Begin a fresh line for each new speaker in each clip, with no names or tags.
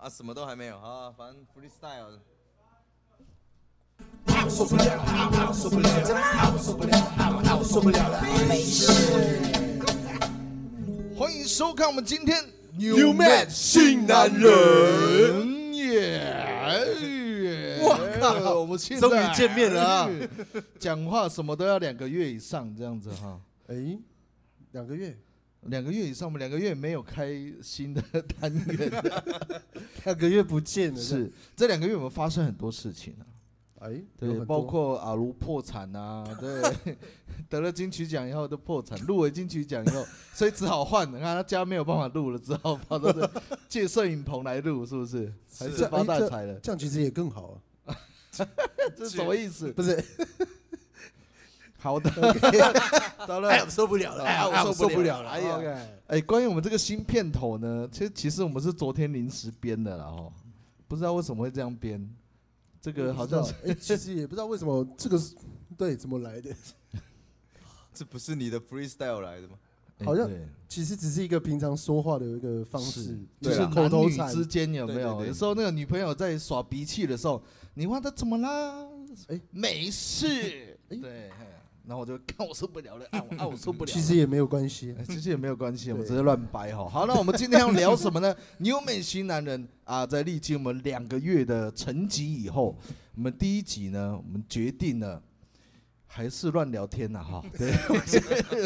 啊，什么都还没有啊，反正 freestyle。
受不了，我受不了，我受不了，我受不了了。
欢迎收看我们今天
New Man 新男人
耶！我靠，我们现在
终于见面了啊！
讲话什么都要两个月以上这样子哈，
哎，两个月，
两个月以上，我们两个月没有开新的单元。
两个月不见了，
是这两个月我们发生很多事情啊，
哎，有
对，
很多
包括阿卢破产 啊，对， 得了金曲奖以后都破产，入围金曲奖 以后，所以只好换，你看他家没有办法录了，只好跑到这借摄影棚来录，是不是？还是发大财了？
这样其实也更 好啊，
这是什么意思？
不是？
好 的，得了。
我受不了了，
哎我受不了了
哎呀，
哎，关于我们这个新片头呢，其实其实我们是昨天临时编的啦哦，不知道为什么会这样编，这个好像是
哎，其实也不知道为什么这个是 对怎么来的，
这不是你的 freestyle 来的吗？
哎
好像
对
其实只是一个平常说话的一个方式，
就
就是是口
啊男
头
女
禅。
之间有没
对对
有？
对
有时候那个女朋友在耍鼻气的时候，你问她怎么啦？哎
哎，
没 事。对，嘿然后我就看我受不了了，啊我啊我受不了了。
其实也没有关系啊
哎， 其实也没有关系，我们
对
只是乱掰哈。好，那我们今天要聊什么呢？ 牛美型男人啊，在历经我们两个月的沉寂以后，我们第一集呢，我们决定了。还是乱聊天呐、哈， 对，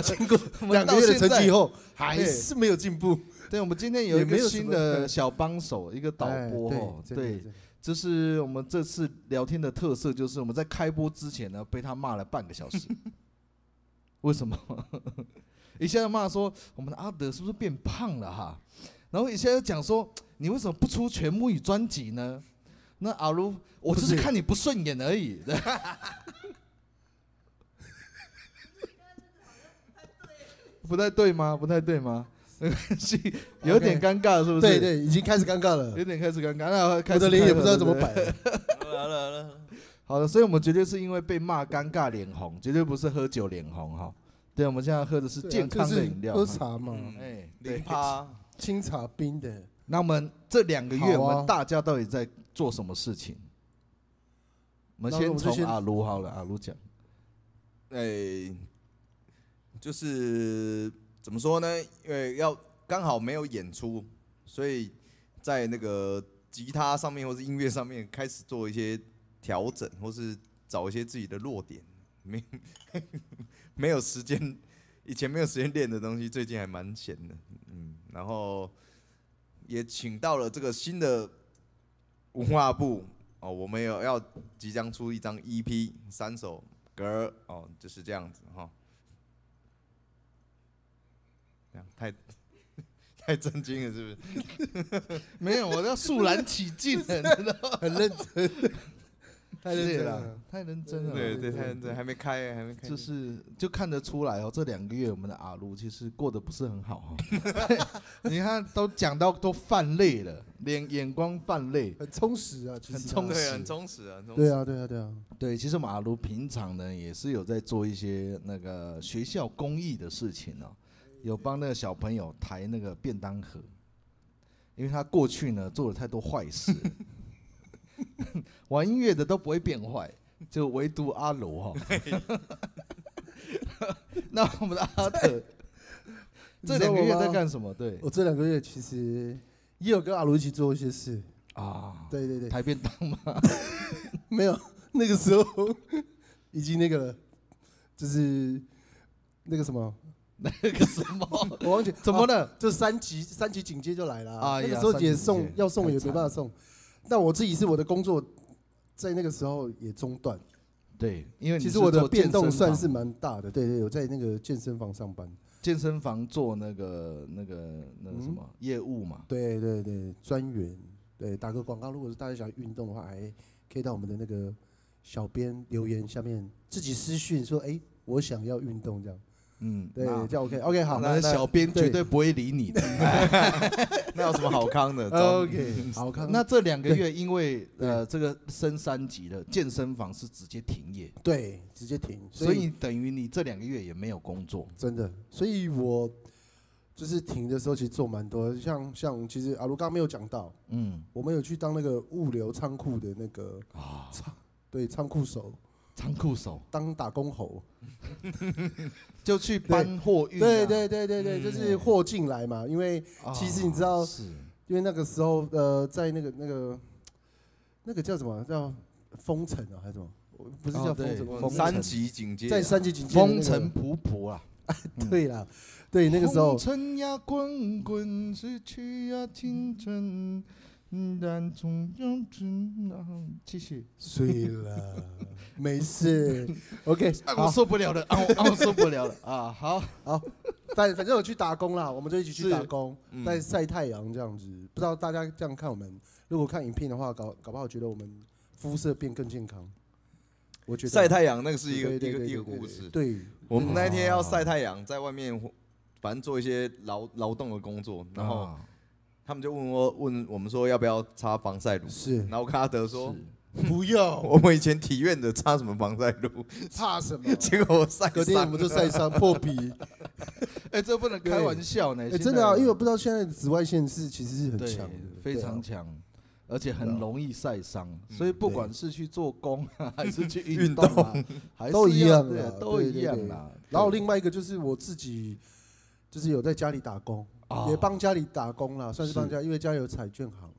经过
两个月的成绩以后，
还
还是没有进步。
对，我们今天有一
也
个
没有什
新
么
的
对
小帮手，一个导
哎
播
对
哦，
真的
对
真，的
这是我们这次聊天的特色，就是我们在开播之前呢，被他骂了半个小 时。为什么？一下子骂说我们的阿德是不是变胖了哈？然后一下又讲说你为什么不出全母语专辑呢？那阿如，我只是
不是
看你不顺眼而 已。不太对吗？不太对吗？没关系，有点尴尬，是不是？
对对，已经开始尴尬了，
有点开始尴尬，那开
我
始
的脸也不知
开
道
始
怎么。摆了。
好了好了好了，
好的，所以我们绝对是因为被骂尴尬脸红，绝对不是喝酒脸红哈。对，我们现在喝的是
对啊
健康
就
的
是
饮料。
喝茶嘛，
嗯
哎，对
零。趴，
清茶冰的。
那我们这两个月，
好啊
我们大家到底在做什么事情？我们
那我
先
们就
从
先
阿卢好了，阿卢讲。
哎，就是怎么说呢？因为要刚好没有演出，所以在那个吉他上面或是音乐上面开始做一些调整，或是找一些自己的弱点。没 没有时间，以前没有时间练的东西，最近还蛮闲的。嗯，然后也请到了这个新的文化部哦，我们有要即将出一张 EP，三首歌哦，就是这样子哈、这样太 太震惊了，是不是？
没有，我要肃然起敬了，真 的。
很认真，太认
对
真
了
了。，
太认真了。
对对，太认真，还没开，还没开。
就是就看得出来哦，这两个月我们的阿卢其实过得不是很好哦。 你看都讲到都泛泪了，脸眼光泛泪。
很充实啊，其实
很充
啊
实
对，很充实啊，很充实。
对啊，对啊，对啊，
对，其实我们阿卢平常呢也是有在做一些那个学校公益的事情哦，有帮那个小朋友抬那个便当盒，因为他过去呢做了太多坏事 了，玩音乐的都不会变坏，就唯独阿罗哈、 那我们的阿德这两个月在干什么？对
我这两个月其实也有跟阿卢一起做一些事。
啊，
对对对，
抬便当嘛，
没有那个时候已经那个了，就是那个什么，
那个什 么，
我忘记
怎么
了，
了？
就三级三级警戒就来了啊。
哎呀
那个时候
三级
也送
警戒
要送也
太
没
惨
办法送，但我自己是我的工作在那个时候也中断。
对，因为你
其
是
实我的
做
变
健
动
身
算
房
是蛮大的，对对，我在那个健身房上班，
健身房做那个那个那个什么、
嗯
业务嘛，
对对对，专员，对，打个广告，如果是大家想运动的话，还可以到我们的那个小编留言下面自己私讯说，哎，我想要运动这样，
嗯，
对，
那
这样 OK OK 好，
我们的小编绝对不嗯会理你的。
那有什么好康的
哦 OK 好看，
那
那
这两个月因为呃这个升三级了，健身房是直接停业，
对直接停，
所
所
以
以
等于你这两个月也没有工作。
真的，所以我就是停的时候其实做蛮多，像像其实阿卢刚刚没有讲到，
嗯，
我们有去当那个物流仓库的那个
啊，
对仓库手，
仓库手
当打工猴。
就去搬货运啊，
对对对对对，
嗯
就是货进来嘛，因为
啊，
其实你知道
是
因为那个时候呃，在那个那个那个叫什么啊叫封城啊还是什么？我不是叫
哦
封
对
城，
封
封
城
三级警戒啊，
在三级警戒的那
风
个
尘。仆仆啊，
嗯
对啦，对那个时候
红，尘呀，滚滚，逝去呀，青春。但总啊要知道，继续。
睡了，没事。OK，
啊，我
好，
受不了了，啊，我啊我受不了了啊！好，
反反正我去打工啦，我们就一起去
是
打工，
嗯
在晒太阳这样子。不知道大家这样看我们，如果看影片的话，搞搞不好觉得我们肤色变更健康。我觉得
晒太阳那个是一个
对对
一个
对
一个
对对
故事。
对，
我们那天要晒太阳，在外面，反正做一些劳劳动的工作，然后
啊
他们就问我问我们说要不要擦防晒乳，
是
然后卡德说
是
不用
我们以前体院的擦什么防晒乳，？
怕什么
结果我晒
隔天我
伤
们
了，
就晒伤破皮，
哎、这不能开玩笑呢、
哎，
现在
真的啊，因为我不知道现在的紫外线是其实是很
对
强的，
非
对啊
常强，而且
对
很
啊
容易晒伤，
嗯
所以不
对
管是去做工啊， 还是去
运
动啊，还是
都一
要
样
对
啦
啊，都
对
一
对
样
对
啦。
然后
对
另外一个就是我自己，就是有在家里打工，
啊
也帮家里打工啦，算是
是
帮家，因为家里有彩券行，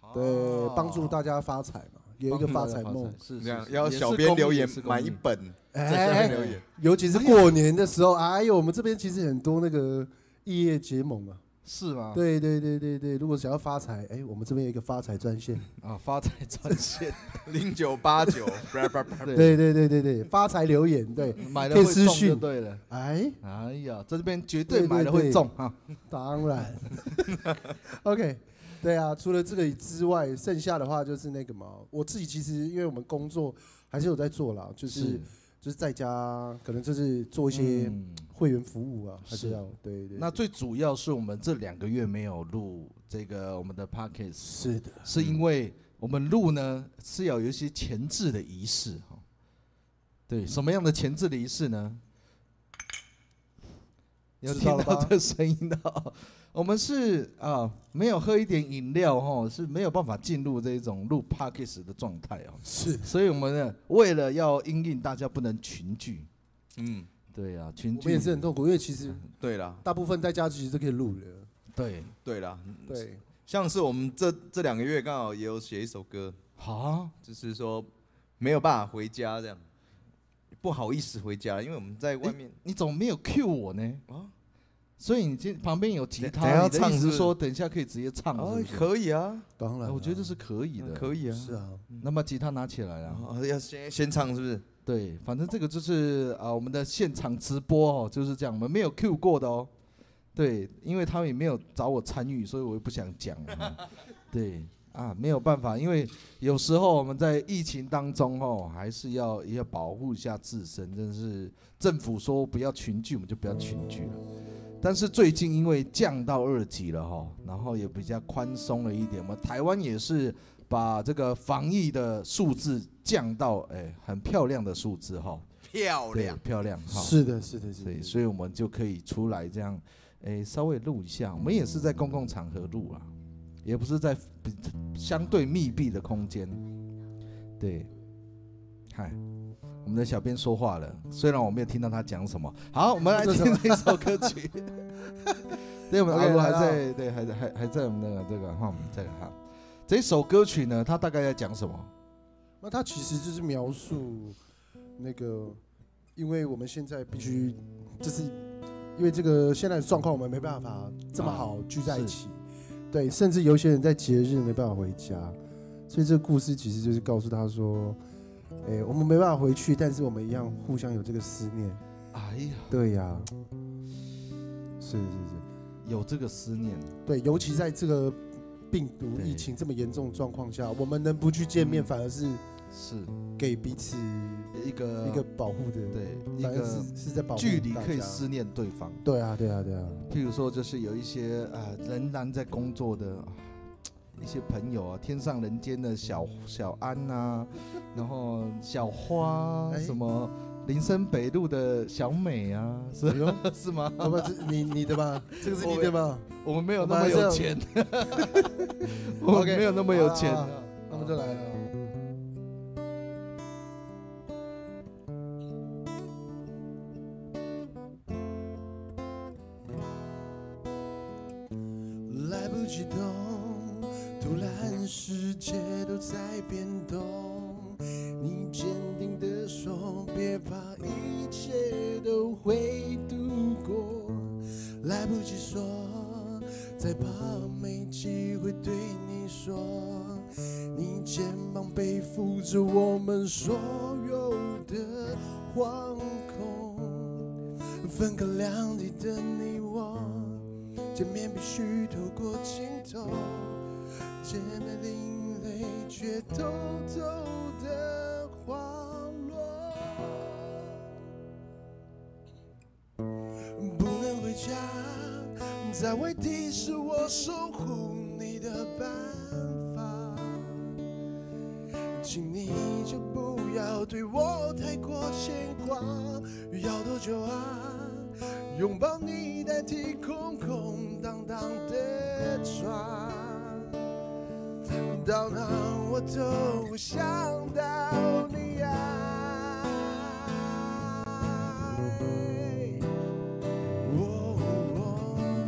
啊
对，帮助大家发财嘛，有一个发
帮大
财
家
梦。
是
这
是
样
是
要
也
小
是
编
公益
留言
也是公
买一
益
本，在下面
哎，
留言，
尤其是过年的时候，哎呦，我们这边其实很多那个异业结盟啊，
是吗？
对对对对对，如果想要发财，哎，我们这边有一个发财专线，
啊，发财专 线，
零九八九，叭叭叭
对，
对对对对对，发财留言， 对，
买了
可以
会
私
中就
讯
对了。
哎，
哎呀，这边绝
对
对
对
买了会
对
中啊！
当然 ，OK，对啊，除了这个之外，剩下的话就是那个嘛，我自己其实因为我们工作还是有在做啦，就是就是在家可能就是做一些
嗯
会员服务啊，还是
是
要对对，
那
对
最主要是我们这两个月没有录这个我们的 podcast，
是的，
是因为我们录呢是要有一些前置的仪式哈。对，什么样的前置的仪式呢？有
知
听
道了
到
吧
这声音的哦，我们是啊，没有喝一点饮料哈，是没有办法进入这种录 p a c k a g e 的状态哦。
是
所以我们呢，为了要因应大家不能群聚，
嗯，
对啊，群
我
聚
们也是很痛苦，因为其实
对啦，
大部分在家其实都可以录的，
对
对啦，
对，
像是我们这这两个月刚好也有写一首歌，
啊，
就是说没有办法回家这样，不好意思回家，因为我们在外面
你怎么没有 cue 我呢？
啊，
所以你今旁边有吉
等一下
他，
要
你的
唱
意
是不
思
是
是说等一下可以直接唱
哦
是不是
可以啊，
当然
哎
啊，
我觉得这是可以的，
可以啊，
是啊，
那么吉他拿起来了，
啊，要先先唱是不是？
对，反正这个就是啊、我们的现场直播哦，就是这样，我们没有 Q 过的哦。对，因为他们也没有找我参与，所以我也不想讲了哈。对啊，没有办法，因为有时候我们在疫情当中哦，还是要也要保护一下自身。真的是政府说不要群聚，我们就不要群聚了。但是最近因为降到二级了哈，然后也比较宽松了一点嘛。台湾也是把这个防疫的数字降到哎很漂亮的数字哈，
漂
对，，漂亮哈。
是的，是的，是
对，
的，
所以我们就可以出来这样，诶，稍微录一下。我们也是在公共场合录啦，也不是在比相对密闭的空间。对，嗨，我们的小编说话了，虽然我没有听到他讲什么。好，我们来
这是
听这首歌 曲。对，我们
OK，
阿如还
来了
在，对，还在还还在我们的这个哈，我们这个哈，这首歌曲呢，它大概在讲什么？
那它其实就是描述那个，因为我们现在必须，就是因为这个现在的状况，我们没办法这么好聚在一起，对，甚至有一些人在节日没办法回家，所以这个故事其实就是告诉他说，哎、我们没办法回去，但是我们一样互相有这个思念，
哎呀，
对呀、是是是，
有这个思念，
对，尤其在这个病毒
对
疫情这么严重的状况下，我们能不去见面，
嗯
反而是
是
给彼此。
一个
一个保护的，
对一
反正
个
是是在保护
距离
大
可以
家
思念对方。
对啊，对啊，对啊，
譬如说，就是有一些啊、呃仍然在工作的、啊一些朋友啊，天上啊人间的小小安呐、然后小花、啊
哎
什么林森北路的小美啊，是
哎呦
是吗？
好吧，这你你的吧，这个是你的吧？
我们没有
我
那么
们还是
有
要
钱，我们
OK，
没有那么有钱
好
啊
好。那么就来了。来不及懂，突然世界都在变动。你坚定地说，别怕，一切都会度过。来不及说，再怕没机会对你说。你肩膀背负着我们所有的惶恐，分隔两地的你我，见面必须透过镜头，姐妹另类却偷偷的滑落。不能回家，在外地是我守护你的办法，请你就不要对我太过牵挂。要多久啊？拥抱你代替空空荡荡的床，到哪我都会想到你啊爱。哦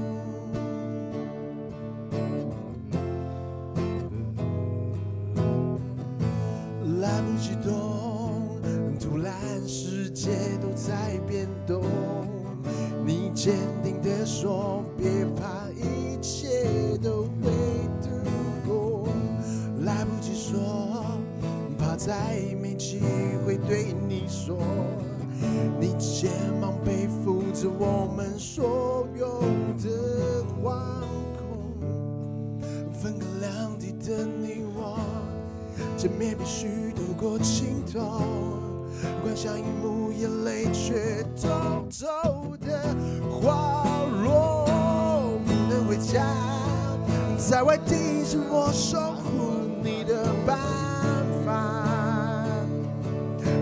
来不及懂，突然世界都在变动。你坚定地说，别怕，一切都会度过。来不及说，怕再没机会对你说。你肩膀背负着我们所有的惶恐，分隔两地的你我。见面必须透过镜头，关上荧幕，眼泪却偷偷的滑落。不能回家，在外地是我守护你的办法，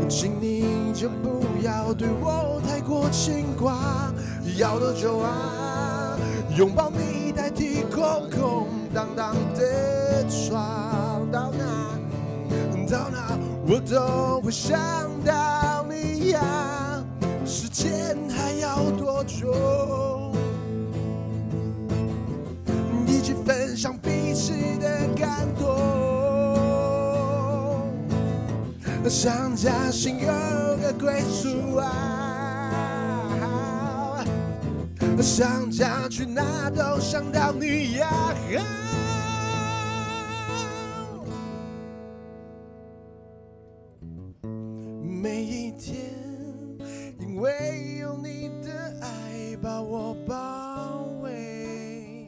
请你就不要对我太过牵挂。要多久啊？拥抱你代替空空荡荡的床，到哪？到哪我都会想到你呀。时间还要多久？一起分享彼此的感动，想家心有个归宿啊。想家去哪都想到你呀、每一天，因为有你的爱把我包围，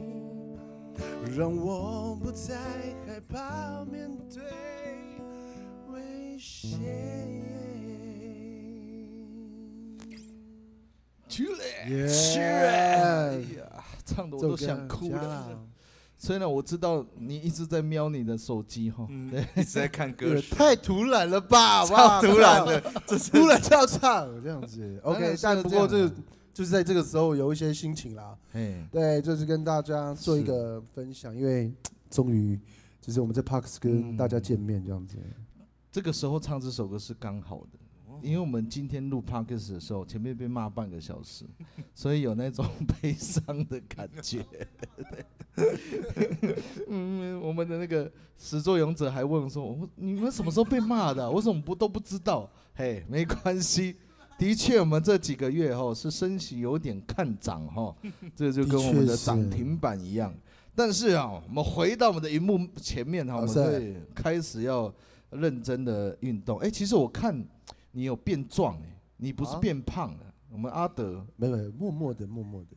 让我不再害怕面对危险。
去嘞，
耶
哎呀，唱的我都
这首歌
想哭
加
了。
了，
虽然我知道你一直在瞄你的手机哈，
嗯
对，
一直在看歌
也
曲，
太突然了吧！
超
哇，
突然的， 这是
突然要唱这样 子。
当然
OK，
是要
但不过
这
这
样
个就是在这个时候有一些心情啦。
哎，
对，就是跟大家做一个分享，因为终于就是我们在 Parks 跟
嗯
大家见面这样子。
这个时候唱这首歌是刚好的，
哦
因为我们今天录 podcast 的时候，前面被骂半个小 时，所以有那种悲伤的感觉。嗯，我们的那个始作俑者还问说：“我你们什么时候被骂的啊、我怎么不都不知道？”嘿，没关系。的确，我们这几个月哈是升息有点看涨哈，这就跟我们
的确
的
是
涨停板一样。但是啊，我们回到我们的荧幕前面哈，我
老
们
师
会开始要认真的运动。哎、其实我看你有变壮哎、你不是
啊
变胖了。我们阿德，
没有，没有默默的，默默的。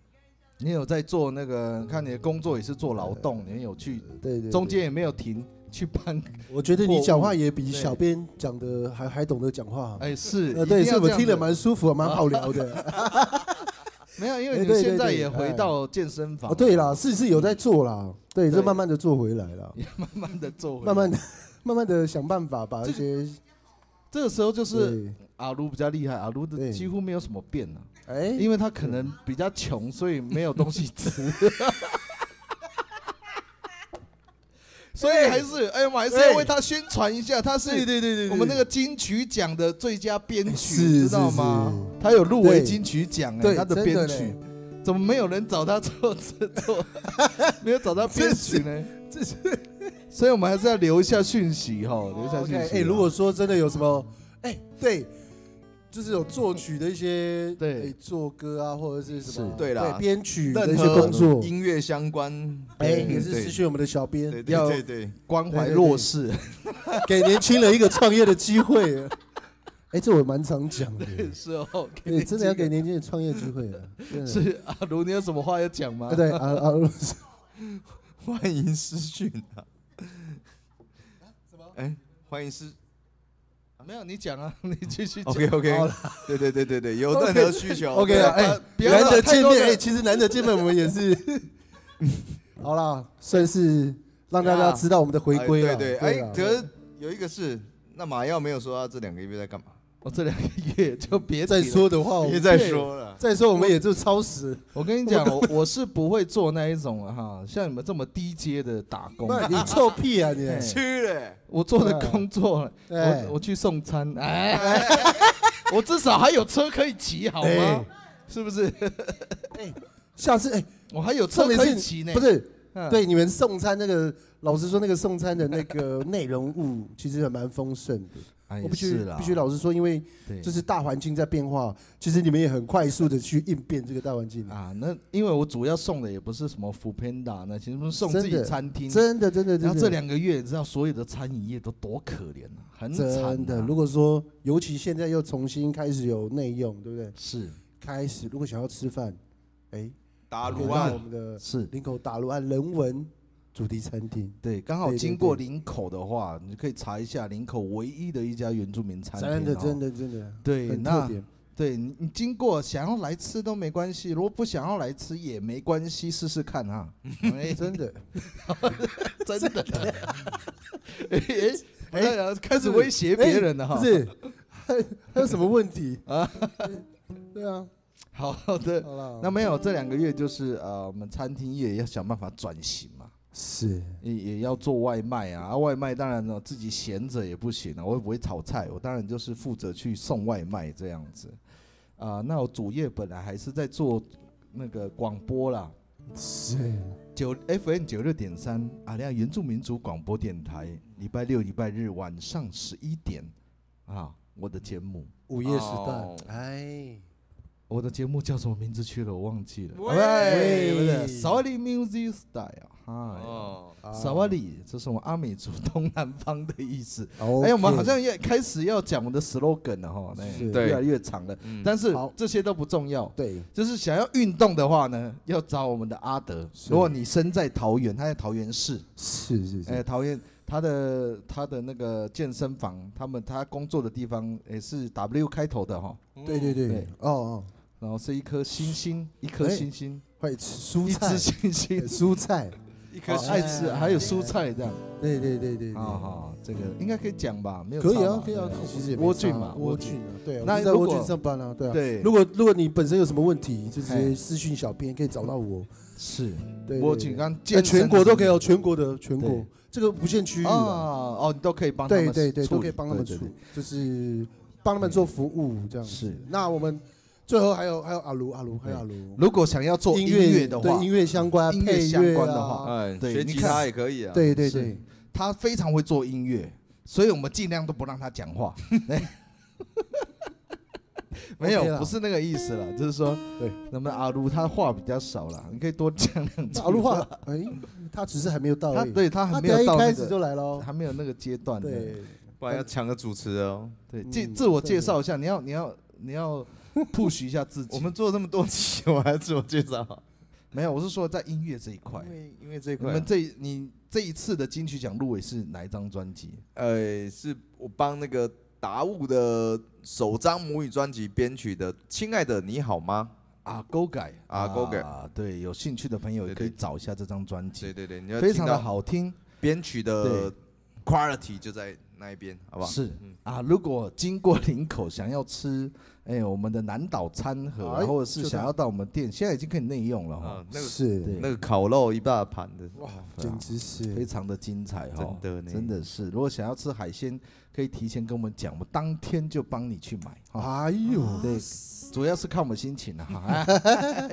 你有在做那个，看你的工作也是做劳动，你有去
对对对
中间也没有停去搬，
我觉得
货
你
物
讲话也比
对
小编讲的还还懂得讲话。
哎、是，
呃，
一定要
对，所以
这
我
样
听了
子
蛮舒服，啊蛮好聊的。
没有，因
哎
为你
对
现
对
在
对
也回
哎
到健身房，
哦，对啦，是是有在做啦，对，
对
就慢慢的做回来了，
慢慢的做，
慢慢的慢慢的想办法把一些
这个时
哎哦
候就是
对，
阿卢比较厉害，阿卢的
对
几乎没有什么变啊，
哎，
因为他可能比较穷，所以没有东西 吃，所以还是哎，我们还是要为他宣传一下，他
对
是
对对对，
我们那个金曲奖的最佳编
是
曲，知道吗？？
是是
他有入围
对
金曲奖哎，
对
他的
真的
编
嘞
曲。怎么没有人找他做 制作？没有找他编曲呢？
这是
所以我们还是要留下讯息哈，留下
OK，
讯息。啊
哎，如果说真的有什么，哎，对，就是有作曲的一些，
对
哎作歌啊，或者是什么，
是
对啦
编曲的一
任
些工作
何，音乐相关，
哎，
对
也是
对
失去我们的小编，
对
要
对对对，
关怀
对对
弱
对
势，
给年轻人一个创业的机会。 哎，这我蛮常讲的，
是哦，
对，哎真的要给年轻人创业机会啊，真的。
是阿如，你有什么话要讲吗
啊，？对啊啊，
欢迎私讯啊。什么？哎，欢迎私。
没有，你讲啊， 你继续讲。
OK
好
OK，
了
对对对对对，有
OK，
任何需求
OK
对
啊，
啊
哎，
不要
难
找
得
太
见
多
面，
的
哎，其实难得见面，我们也 是，好啦，算是让大家知道我们的回归
啊哎
了。
对对，
对啊
哎
啦，
可是有一个是，那马耀没有说他这两个月在干嘛，
我这两个 月就别
再
提了。
说的话，我
别
们
再说了。
再说我们也就超时，
我跟你讲，我我是不会做那一种啊哈，像你们这么低阶的打工
不，，你臭屁啊你！
哎
去嘞，
我做的工作，
对
我我去送餐，哎， 我至少还有车可以骑，好吗
哎？
是不是？
下次哎，
我还有车
重
可以
点
骑呢。
是不是
嗯，
对你们送餐那个，老实说那个送餐的那个内容物其实还蛮丰盛的。
哎，
我必须
是啦
必须老实说，因为
对
就是大环境在变化，其实你们也很快速的去应变这个大环境。
啊，那因为我主要送的也不是什么福 panda 那些，不是送自己
真的
餐厅，
真的，真的，
然后
真
这
的
两个月，你知道所有的餐饮业都多可怜啊，很惨、啊。
真的，如果说，尤其现在又重新开始有内用，对不对？
是
开始如果想要吃饭，哎，
打啊
可以
卢
啊
到我
岸，
们的
是，
林口打卢岸人文主题餐厅，
对，刚好
对对
经过
对
林口的话，你可以查一下林口唯一的一家原住民餐厅、哦。
真的，真。的，真的，
对，
很特
那
别。
对你你经过想要来吃都没关系，如果不想要来吃也没关系，试试看 哈。哎，
真的，
真的， 哎哎
哎
哎，开始威胁别人了哈。
不是，还还有什么问题啊？对啊，
好 的，
好了，
那没有这两个月就是呃，我们餐厅业要想办法转型嘛。
是
也也要做外卖啊，啊外卖当然了，自己闲着也不行啊，我也不会炒菜，我当然就是负责去送外卖这样子。啊、那我主业本来还是在做那个广播啦，
是，
九 FM 九六点三，啊阿亮原住民族广播电台，礼拜六、礼拜日晚上十一点，啊，我的节目，
午夜时
哦
段，哎，
我的节目叫什么名字去了？我忘记了。
喂
喂，不是 s o r r y Music Style，嗨、
哦，
啊
萨瓦里，这是我们阿美族东南方的意思。
OK
哎、我们好像也开始要讲我们的 slogan 了哈，
是
那
对
越来越长了。
嗯
但是
好
这些都不重要，
对，
就是想要运动的话呢，要找我们的阿德。
是
如果你身在桃园，他在桃园市，
是是
哎、
是，
桃园他的他的那个健身房，他们他工作的地方也是 W 开头的哈，
对对对
对，
哦哦，
然后是一颗星星，一颗
哎
星星，
快吃蔬
一只
菜，
星
哎
星，
蔬菜，
嗯
哎
一颗
可
心
爱吃，还有蔬菜这样。
对对对对，对
啊哈，这个应该可以讲吧？没有
可以
差
啊
吧，哎
可以啊
对，
其实也没
蜗
差
苣嘛，
蜗
蜗苣
苣啊，对啊，
那
那在
如
蜗
果
苣上班啊，对啊。
对，
如果如果你本身有什么问题，就直
嘿
接私讯小编，可以找到我。
是
对，
蜗
对
苣，
对
刚
在
健
全
身
国都
是
可以哦，全国的全
对
国，这个不限区域
啊
啊。
哦，你都可以帮他
对
们
对对，
处
都
理
可以帮他们
对
出
对对，
就是帮他们做服务这样子。
是
那我们最后还有还有阿卢阿卢还有阿卢，
如果想要做音乐
乐
的
对
话
音，乐相关
音乐
配
相关
乐
的
啊
话
哎，
对
学
你
吉
看
他也可以啊。
对对
是
对，
他非常会做音乐，所以我们尽量都不让他讲话。 没
OK
有，
啦
不是那个意思了，就是说，
对，
那么阿如他话比较少了，你可以多讲两句。
阿卢话，哎，他只是还没有到
他
而已，
对他
他
还没
等
有
一下
到
一
那
开始
个，
就来了，
还没有那个阶段。
对，
不然要抢个主持人哦。
对，
嗯
介自我介
对
绍一下，你要你要你 要 push 一下自己。
我们做这么多期，我还自我介绍啊，
没有，我是说在音乐这一块
因，为因为这一
你
块
们
啊，
这一你这一次的金曲奖入围是哪一张专辑？
呃，是我帮那个达悟的首张母语专辑编曲的《亲爱的你好吗
啊，勾改
啊勾改
啊，对，有兴趣的朋友也
对
可以
对
找一下这张专》。
对
辑，
对对，你要
非
听
常的
到
好听。
编曲的 quality 就在那一边，好不好？
是
嗯
啊，如果经过林口想要吃， 哎、我们的南岛餐盒啊，
哎
或者是
就
想
它
要到我们店，现在已经可以内用了哈
啊，，那个
是
对
那个烤肉一大盘的，
哇，简直是
非常的精彩哈，
真的呢
真的是。如果想要吃海鲜，可以提前跟我们讲，我们当天就帮你去买哈。
哎呦，
啊嗯对，主要是看我们心情了、啊、哈。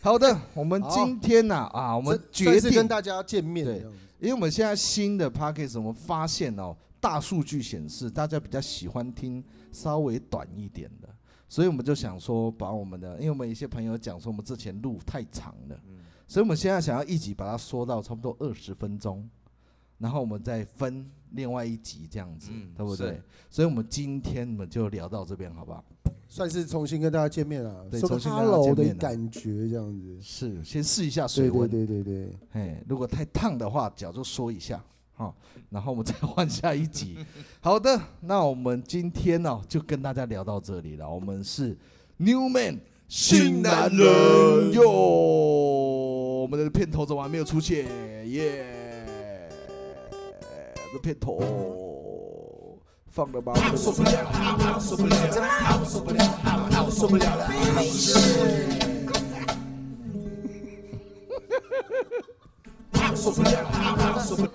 好的，我们今天呐啊我
我
们决定
跟大家见面
对
这样子，
因为我们现在新的 p a c k a g e 我们发现哦，大数据显示大家比较喜欢听稍微短一点的，所以我们就想说，把我们的，因为我们有一些朋友讲说我们之前录太长了，所以我们现在想要一集把它缩到差不多二十分钟，然后我们再分另外一集这样子，
嗯
对不对
是？
所以我们今天我们就聊到这边，好不好？
算是重新跟大家见面了，
对
说个
重新跟大家
hello
见
的
面啊了
感觉这样子。
是，先试一下水
对对
温，
对对对，
哎，如果太烫的话，脚就缩一下，哈、然后我们再换下一集。 好的，那我们今天呢、就跟大家聊到这里了。我们是 Newman
新男人
哟，我们的片头怎么还没有出现？耶、这片头放了吧？受不了，受不了，受不了，受 不了了。受不了，受不了！